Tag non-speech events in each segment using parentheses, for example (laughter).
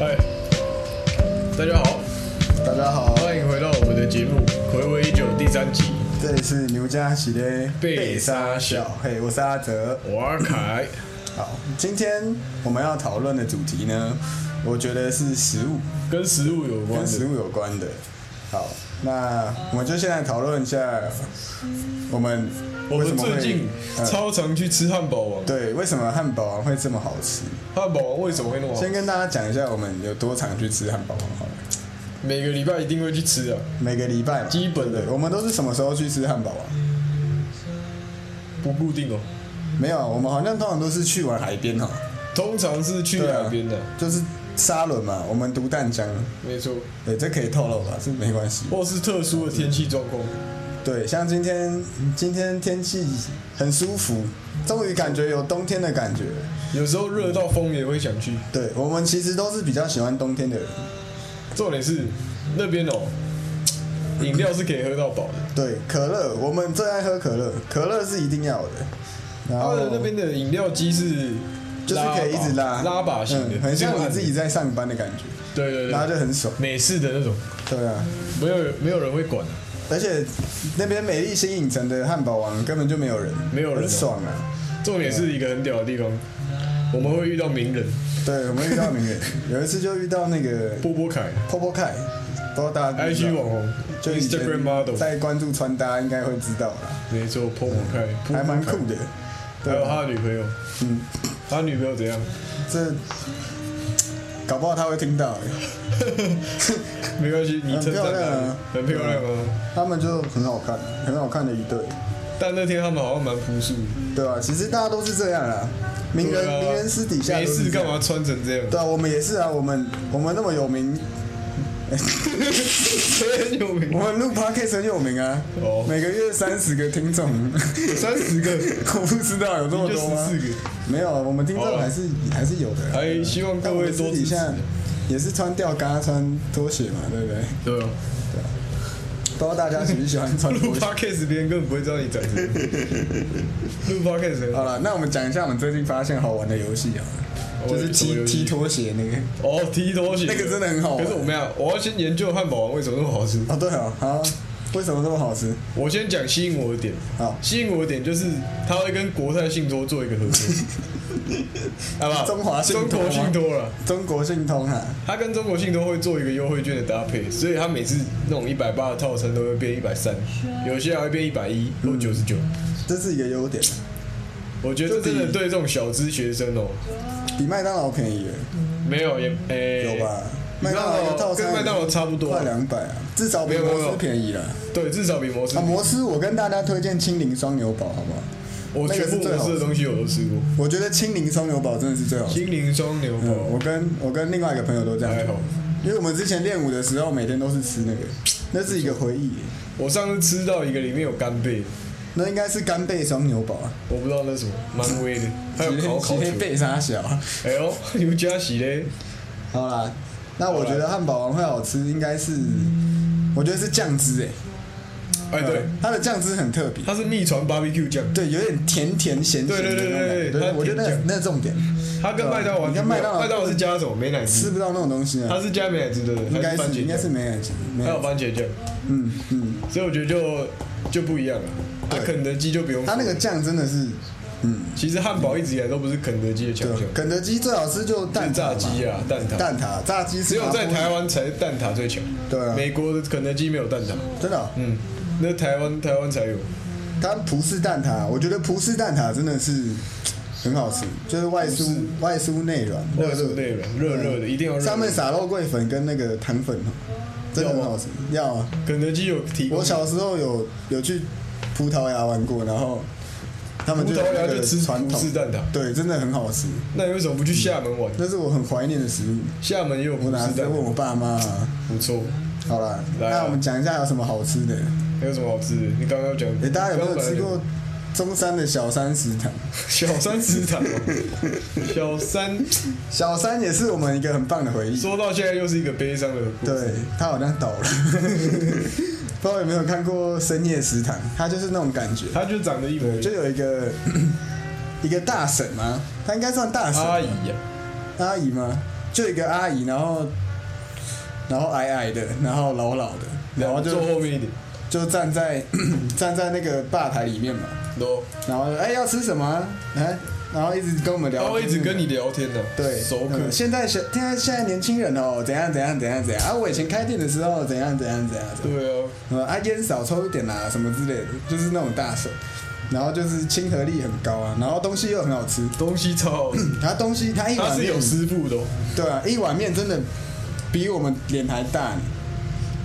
哎家喜的被杀小小，嘿，我是阿哲。我阿凯，好，今天我们要讨论的主题呢，我觉得是食物，跟食物有关跟食的。物有关的。好，那我们就现在讨论一下我们我为什们么最近会啊哎呃超常去吃汉堡王，对为什么汉堡王会这么好吃？汉堡王为什么会那么啊好先？跟大家讲一下我们有多常去吃汉堡王好了，每个礼拜一定会去吃啊。每个礼拜嘛基本的对不对我们都是什么时候去吃汉堡啊王？不固定哦，没有，啊我们好像通常都是去完海边哦，通常是去对啊海边的，就是沙伦嘛，我们读淡江，没错，对，这可以透露吧，这没关系。或是特殊的天气状况。对，像今天今天天气很舒服，终于感觉有冬天的感觉。有时候热到疯也会想去。对我们其实都是比较喜欢冬天的人，重点是那边哦，嗯饮料是可以喝到饱的。对，可乐我们最爱喝可乐，可乐是一定要的。然它后的那边的饮料机是哦就是把可以一直拉拉把型的，嗯很像用你按自己在上班的感觉，对对然后对，就很爽。美式的那种，对啊，没有没有人会管的。而且那边美丽新影城的汉堡王根本就没有人，没有人很哦爽啊。重点是一个很屌的地方，我们会遇到名人对，我们遇到名人，有一次就遇到那个波波凯、波波凯，不知道大家知不知 IG 道网红、嗯就以 Instagram 前 model，在关注穿搭应该会知道啦，没错，波波凯，波波凯还蛮酷。的。还对有啊，他的女朋友，嗯，他女朋友怎样？这搞不好他会听到欸， (laughs) 没关系，你很称漂赞亮他啊，很漂亮啊。他们就很好看，很好看的一对。但那天他们好像蛮朴素的，对啊，其实大家都是这样啦，名人对啊名人私底下没都是事这干样嘛穿成这样？ (laughs) 对啊，我们也是啊，我们我们那么有名，很有名我，们录 podcast 很有名啊，哦每个月三十个听众， (laughs) 三十个，我不知道有这么就多十吗？四个。没有，我们听好众啊还是还是有的啊。还希望哎各但我位们私多底支持。下也是穿吊嘎、穿拖鞋嘛，对不 (laughs) 对？对啊，不知道大家喜不喜欢穿录 (laughs) 拖鞋？ podcast 别人根本不会知道你长 (laughs) 什么样。录 podcast 很好好了，那我们讲一下我们最近发现好玩的游戏啊，就是踢踢拖鞋那个。哦，踢拖鞋那个真的很好玩可是我们要，我要先研究汉堡王为什么那么好吃。哦，对哦，好，为什么这么好吃？我先讲吸引我的点，好，吸引我的点就是它会跟国泰信托做一个合 (laughs) 作，好不好？中华信托中吗国信托了，中国信通啊，它跟中国信托会做一个优惠券的搭配，所以它每次那种一百八的套餐都会变一百三，有些还会变一百一嗯或九十九。这是一个优点，我觉得这就比真的对这种小资学生哦、比麦当劳便宜耶，没有也诶、有吧？麦麦当当劳一个套劳餐跟麦当劳差不多快，两百啊，至少比没有没有摩斯便宜了。对，至少比摩斯啊，。摩斯我跟大家推荐青柠双牛堡，好不好？我那个全是部最摩好嗯斯吃的东西我都吃过，我觉得青柠双牛堡真的是最好吃。心灵双牛嗯，我堡跟我跟另外一个朋友都这样还讲好。。因为我们之前练舞的时候，每天都是吃那哎个，那是一个回忆。我上次吃到一个里面有干贝，那应该是干贝双牛堡啊，我不知道那是什么，蛮威的，还有烤烤球天。贝沙小。哎呦，有加喜嘞，好啦，那我觉得汉堡王会好吃，应该是，我觉得是酱汁哎、哎对，它的酱汁很特别，它是秘传 BBQ 酱，对，有点甜甜咸咸的对对对那种感觉对对它我觉得甜酱那那重点，它跟麦当劳完全不一嗯你看麦当样劳麦当劳是加什么？美乃吃滋，不到那种东西它啊，是加美乃滋的，对不对应该还番是茄应该是酱，没感情，没还有有，番茄酱，嗯嗯，所以我觉得就就不一样了。啊，对肯德基就不用说它了，那个酱真的是，嗯，其实汉堡一直以来都不是肯德基的强项对，，肯德基最好吃就蛋是挞炸嘛鸡啊，蛋挞，蛋挞，炸鸡只是有在麻婆台湾才是蛋挞最强。对啊美国的肯德基没有蛋挞，真的哦、嗯，那台湾台湾才有。它葡式蛋挞，我觉得葡式蛋挞真的是很好吃，就是外酥外酥内软，外酥内软热热的嗯一定要热热的上面撒肉桂粉跟那个糖粉哦，真的很好吃。要啊，肯德基有提供，我小时候有有去葡萄牙玩过，然后他们葡就有萄牙那就个吃传葡统式，蛋挞，对，真的很好吃，那你为什么不去厦门玩？那是我很怀念的食物。厦门也有葡嗯式我哪蛋次问我挞，爸妈、啊？不错。好啦，来啊那我们讲一下有什么好吃的。还有什么好吃的？你刚刚讲诶，大家有没有刚刚吃本来过中山的小山食堂？小三食堂哦？小三小山也是我们一个很棒的回忆。说到现在又是一个悲伤的故事。对他好像 (laughs) 倒了，不知道有没有看过《深夜食堂》，他就是那种感觉，他就长得一模一就样。有一个 (coughs) 一个大婶嘛，她应该算大婶吧阿姨啊呀，阿姨吗？就一个阿姨，然后然后矮矮的，然后老老的，然后就坐后面一点，就站在 (coughs) 站在那个吧台里面嘛，都然后哎、要吃什么、啊？哎、然后一直跟我们聊，他会一直跟你聊天的，对熟客嗯现在小现在现在年轻人哦，怎样怎样怎样怎样啊？我以前开店的时候怎样怎样怎样怎样，对啊，呃啊烟少抽一点啦、什么之类的，就是那种大神，然后就是亲和力很高啊，然后东西又很好吃，东西超好吃，他东西他一他碗是面有师傅的哦，对啊，一碗面真的比我们脸还大呢。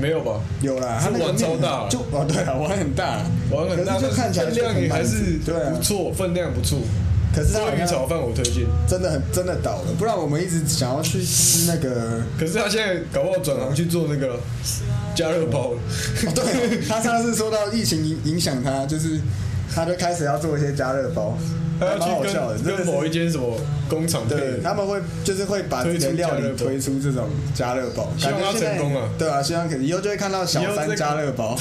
没有吧？有啦，他那个碗面超很大就哦，对了，碗很大，玩很大，可是就看起来但就分量很也还满足是对啊不，错，分量不错。可是他鲑鱼炒饭我推荐，真的很真的倒了，不然我们一直想要去吃那个， (laughs) 可是他现在搞不好转行去做那个加热包了，哦、对他上次说到疫情影影响他，就是他就开始要做一些加热包， (laughs) 他还蛮要好去笑的，跟真的跟某一是。间什么工厂配对，他的，们会就是会把自己的料理推出这种加热 (laughs) 包，希望他感觉现在成功啊对啊，希望可以以后就会看到小以后这三个加热 (laughs) 包，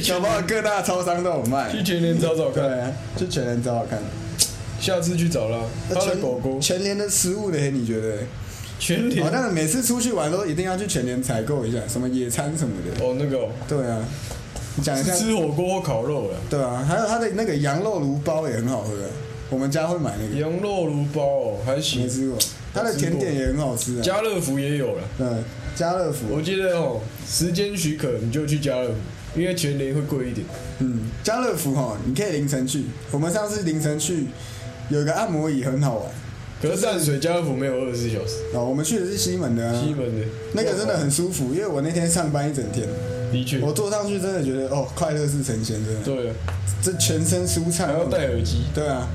小包的各大超商都有卖。去全年找找看，对啊，就全联超好看。下次去找啦。他的全狗狗全联的食物嘞，你觉得？全好、年像每次出去玩都一定要去全联采购一下，什么野餐什么的。哦那个哦对啊，你讲一下。吃火锅或烤肉了，对啊，还有它的那个羊肉炉包也很好喝，我们家会买那个，羊肉炉包哦还没行，吃过。它的甜点也很好吃啊。家乐福也有了。嗯，家乐福，我记得哦，时间许可你就去家乐福，因为全年会贵一点。嗯，家乐福哈，你可以凌晨去。我们上次凌晨去，有一个按摩椅很好玩。可是淡水家乐福没有二十四小时，哦，我们去的是西门的、啊西，门的那个真的很舒服，因为我那天上班一整天，的确，我坐上去真的觉得哦，快乐是神仙，真的。对了，啊这全身舒畅，还要戴耳机，对啊，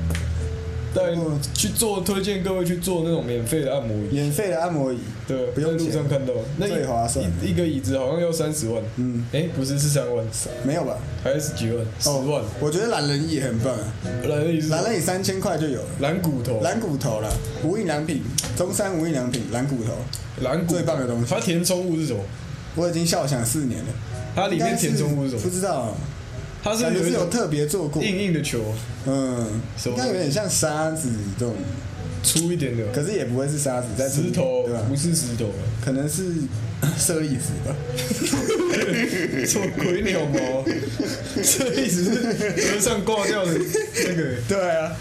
戴嗯去做推荐各位去做那种免费的按摩椅，免费的按摩椅，对，不用在钱路上看到，那一最划算一一个椅子好像要三十万，嗯，哎，不是是三万，没有吧？哦还是几万，十万，我觉得懒人椅也很棒啊，懒人椅是懒人椅三千块就有了，懒骨头，懒骨头啦，无印良品，中山无印良品懒骨头，懒骨头最棒的东西它填充物是什么？我已经笑想四年了。它里面填充物是应该什不么？知道啊，它是感有觉一是有种特别做过，硬硬的球，嗯，什应么该有点像沙子这种，粗一点的，可是也不会是沙子，在石头对啊吧？不是石头了，可能是舍利子吧，什么鬼鸟毛？这一直是和尚挂掉的那 (laughs) 个对啊，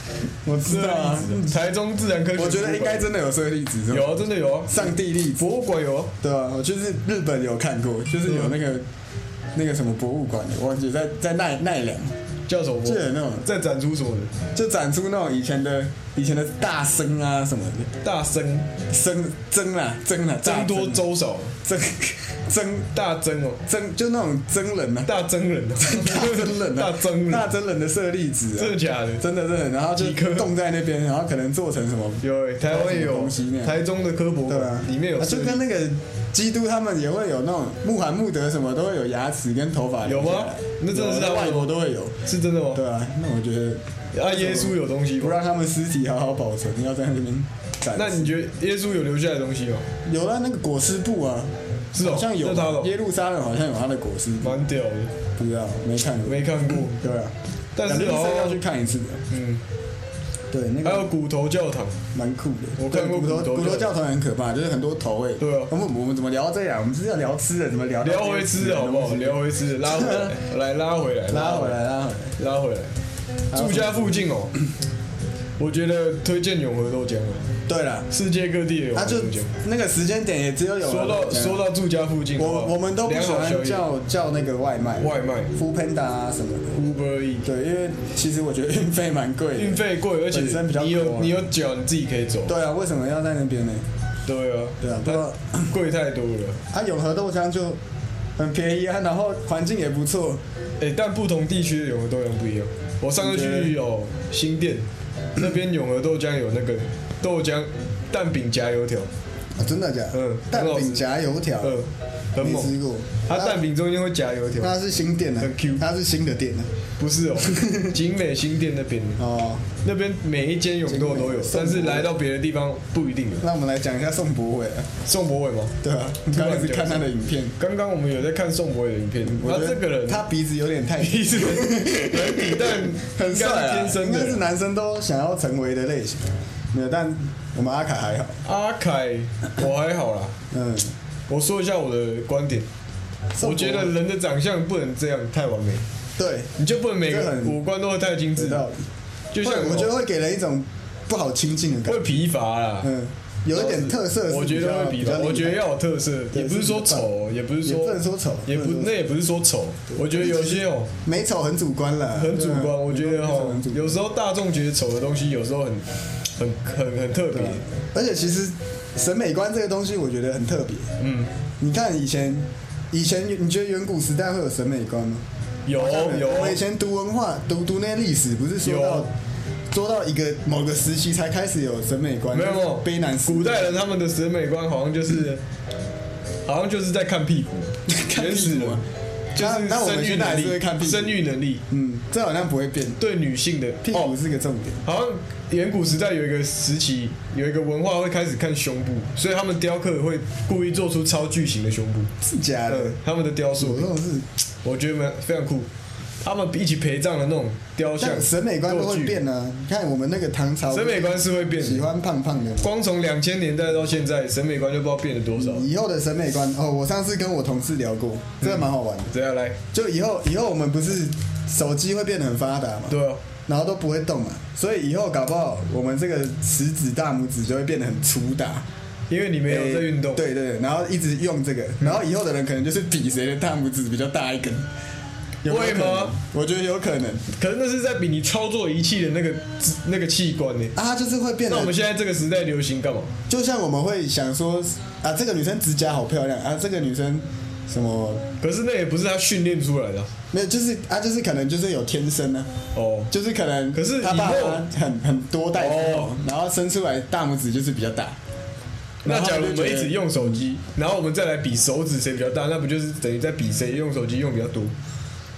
我知道啊，台中自然科学，我觉得应该真的有舍利子这种，有啊，真的有啊，上帝粒子博。物馆有啊，对啊，我就是日本有看过，就是有那个那个什么博物馆的，我忘记在在奈奈良，叫什么？就有那种在展出什么的就展出那种以前的以前的大僧啊什么的，大僧，僧僧啊僧啊，大僧多粥少，僧僧大僧哦，僧就那种僧人啊，大僧人哦，大僧人啊， (laughs) 大僧人，大僧人的舍利子真的啊，假的？真的真的，然后就几颗冻在那边，然后可能做成什么。有欸台湾也什么有东西那，样台中的科博对啊，馆里面有啊就设计，跟那个基督他们也会有那种穆罕默德什么都会有牙齿跟头发留有吗下来那真的是有他们外国都会有，是真的吗？对啊，那我觉得啊，耶稣有东西不吗？让他们尸体好好保存，要在那边展示。那你觉得耶稣有留下来的东西吗？有了那个裹尸布啊？是哦好像有是他的哦耶路撒冷好像有他的裹尸布，蛮屌的，不知道没看过。没看过。对啊，但感觉是一生要去哦，看一次的。嗯，对，那还有个骨头教堂，蛮酷的。我看过对骨骨头头骨头教堂很可怕，就是很多头诶。对啊我们我们怎么聊到这样？我们是要聊吃的，怎么聊到聊回吃的好不好？聊回吃的，拉回 (laughs) 来，来拉回来，拉回来，拉回来。拉回来。住家附近 (coughs) 哦，我觉得推荐永和豆浆啊，对了，世界各地的永啊和豆就浆。那个时间点也只有有说到啊说到住家附近，好我好我们都不喜良好欢宵夜叫叫那个外卖，外卖 f o o Panda 啊什么的。 Uber E，对，因为其实我觉得运费蛮贵运的。费贵，而且本身比较你多有啊你有脚，你自己可以走。对啊，为什么要在那边呢？对啊，对啊，不过贵太多了。它永和豆浆就很便宜啊，然后环境也不错。哎、但不同地区的永和豆浆不一样。我上次去有新店，那边永和豆浆有那个豆浆蛋饼夹油条，啊真的假的？嗯蛋很好吃饼夹油条，呃，很没吃猛。过。它蛋饼中间会夹油条，它是新店的很 Q，它是新的店的。不是 (laughs) 哦，景美新店那边，哦，那边每一间永豆都有，但是来到别的地方不一定有。那我们来讲一下宋博伟啊，宋博伟吗？对啊，你刚才是看他的影片，刚刚我们有在看宋博伟的影片，我他觉得这个人，他鼻子有 (laughs) 点太一直很底，但很应该帅是啊，天生应该是的。男生都想要成为的类型。没有，但我们阿凯还好，阿凯，我还好啦。嗯，我说一下我的观点，宋我国觉得人的长相不能这样太完美，对，你就不能每这个很五官都会太精有致，道理。就像会我觉得会给人一种不好亲近的感会觉，疲乏啦。嗯，有一点特色是比较。我觉得会疲比较乏，厉害我觉得要有特色，对也不是说是丑，也不是也不能说，说丑，也不不能那说也不是说丑，我觉得有些哦美丑很主观了，很主观，对啊我觉得美丑哦很主观有时候大众觉得丑的东西，有时候很很很很特别对啊，而且其实审美观这个东西，我觉得很特别。嗯，你看以前，以前你觉得远古时代会有审美观吗？有哦有我以前读文化，读读那些历史，不是说到有说到一个某个时期才开始有审美观，没有就没是有悲男时代古代人他们的审美观好像就是，好像就是在看 (laughs) 屁股，看原始屁股人啊就那那我是生们育现在还能是会看力，屁股生育哦能力嗯，这好像不会变，对女性的哦屁股是个重点。好像远古时代有一个时期，有一个文化会开始看胸部，所以他们雕刻会故意做出超巨型的胸部，是假的嗯，，他们的雕塑有这，种事，我觉得蛮非常酷。他们一起陪葬的那种雕像但，审美观都肉会具变啊。你看我们那个唐朝，审美观是会变喜的。欢胖胖的嘛，光从两千年代到现在，审美观就不知道变了多少。以后的审美观哦，我上次跟我同事聊过，真的蛮好玩的。这啊样来，就以后以后我们不是手机会变得很发达嘛，对啊，然后都不会动嘛，所以以后搞不好我们这个食指、大拇指就会变得很粗大，因为你没有在运动，嗯诶欸对对对，然后一直用这个，然后以后的人可能就是比谁的大拇指比较大一根，有没有会吗可能？我觉得有可能可是那是在比你操作仪器的那个那个器官呢。啊，就是会变那我们得，现在这个时代流行干嘛？就像我们会想说啊，这个女生指甲好漂亮啊，这个女生什么可是那也不是他训练出来的啊没有，就是啊，就是可能就是有天生呢、啊。哦。就是可能，可是他爸以后妈很很多代之后哦然后生出来大拇指就是比较大。那假如我然后他就们觉一得直用手机，然后我们再来比手指谁比较大，那不就是等于在比谁用手机用比较多？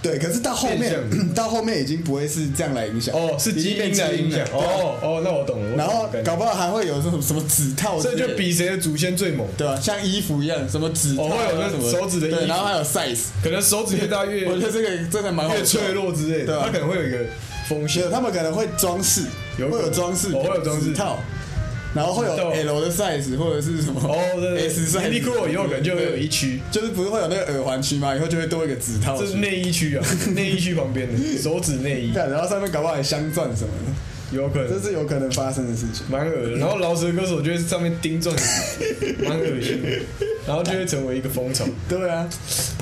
对，可是到后变相面 (clears throat) 到后面已经不会是这样来影响哦，是已基经因变来基影因响了。。哦哦，那我懂了。我懂了对然后感觉搞不好还会有什么什么指套之这类的，就比谁的祖先最猛，对吧、像衣服一样，什么指套啊、哦会有那什么手指的衣服对，然后还有 size。可能手指越大越我觉得这个真的蛮好笑越脆。弱之类对的，啊它可能会有一个风没险有，。他们可能会装饰，有可会能有装饰，哦会有装饰指套，然后会有指套 L 的 size 或者是什么哦，对 S 对 size。 ，Uniqlo 以后可能就会有一区，就是不是会有那个耳环区吗？以后就会多一个指套这是区，内衣区啊， (laughs) 内衣区旁边的手指内衣对，然后上面搞不好还镶钻什么的，有可这能是有可能发生的事情。蛮恶的。然后饶舌歌手就会上面钉钻石， (laughs) 蛮恶心的，然后就会成为一个风潮。对啊，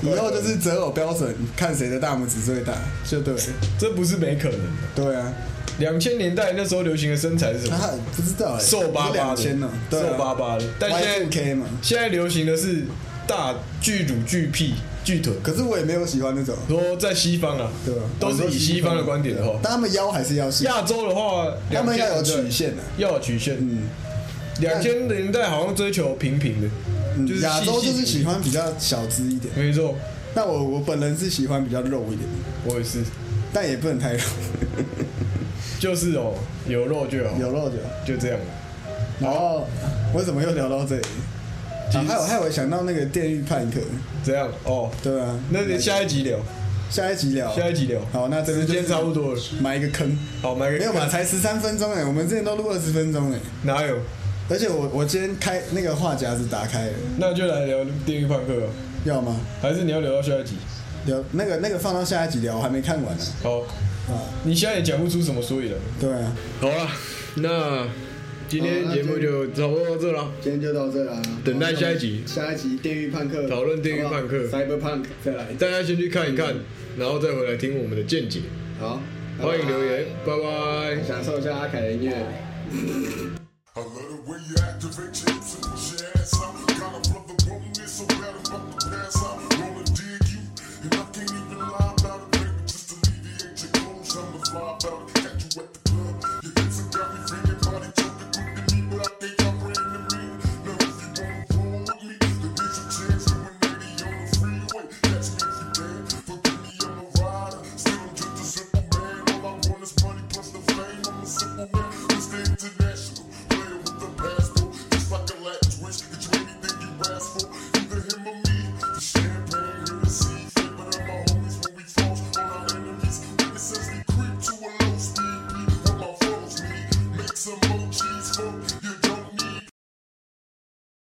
以后就是择偶标准，看谁的大拇指最大，就对了。这不是没可能的。对啊，两千年代那时候流行的身材是什么？他不知道哎、欸，瘦巴巴两的，千呢，对啊瘦巴巴的。但现在 Y2K 嘛，现在流行的是大巨乳、巨屁、巨臀。可是我也没有喜欢那种，说在西方啊，对啊，都是以西方的观点的话，但他们腰还是要细，亚洲的话，他们要2000有曲年代，线的、啊，要有曲线。嗯，两千年代好像追求平平的，就是嗯亚洲细细就是喜平欢比较小只一点，平，没错，但我我本人是喜欢比较肉一点，我也是，但也不能太肉，就是哦，有肉就好，有肉就好。就这样。 (laughs) 然后为什么又聊到这里？其啊实还有还有，我想到那个《电狱判客》，这样哦，对啊，那得下一集聊，下一集聊。下一集聊。好，那这边时就间差不多了，埋一个坑，好，买个没有吧？才十三分钟哎、我们之前都录二十分钟哎、哪有？而且我我今天开那个话匣子打开了，那就来聊《地狱判客》吧，要吗？啊还是你要聊到下一集？聊那个那个放到下一集聊，我还没看完呢、好，啊。你现在也讲不出什么所以然。对啊，好了，那今天节目就差不多到这了。今天就到这啦，等待下一集下一集《电狱判客》讨论电狱判客好不好，Cyberpunk 再来，大家先去看一看，然后再回来听我们的见解。好，欢迎留言，拜拜。享受一下阿凯的音乐。 I love the way you activate your hips and push your ass out. Got a brother wanting this, so bad I'm about to pass out. Wanna dig you, and I can't even lie about it, baby. Just alleviate your goals, I'm a fly about it. Catch you at the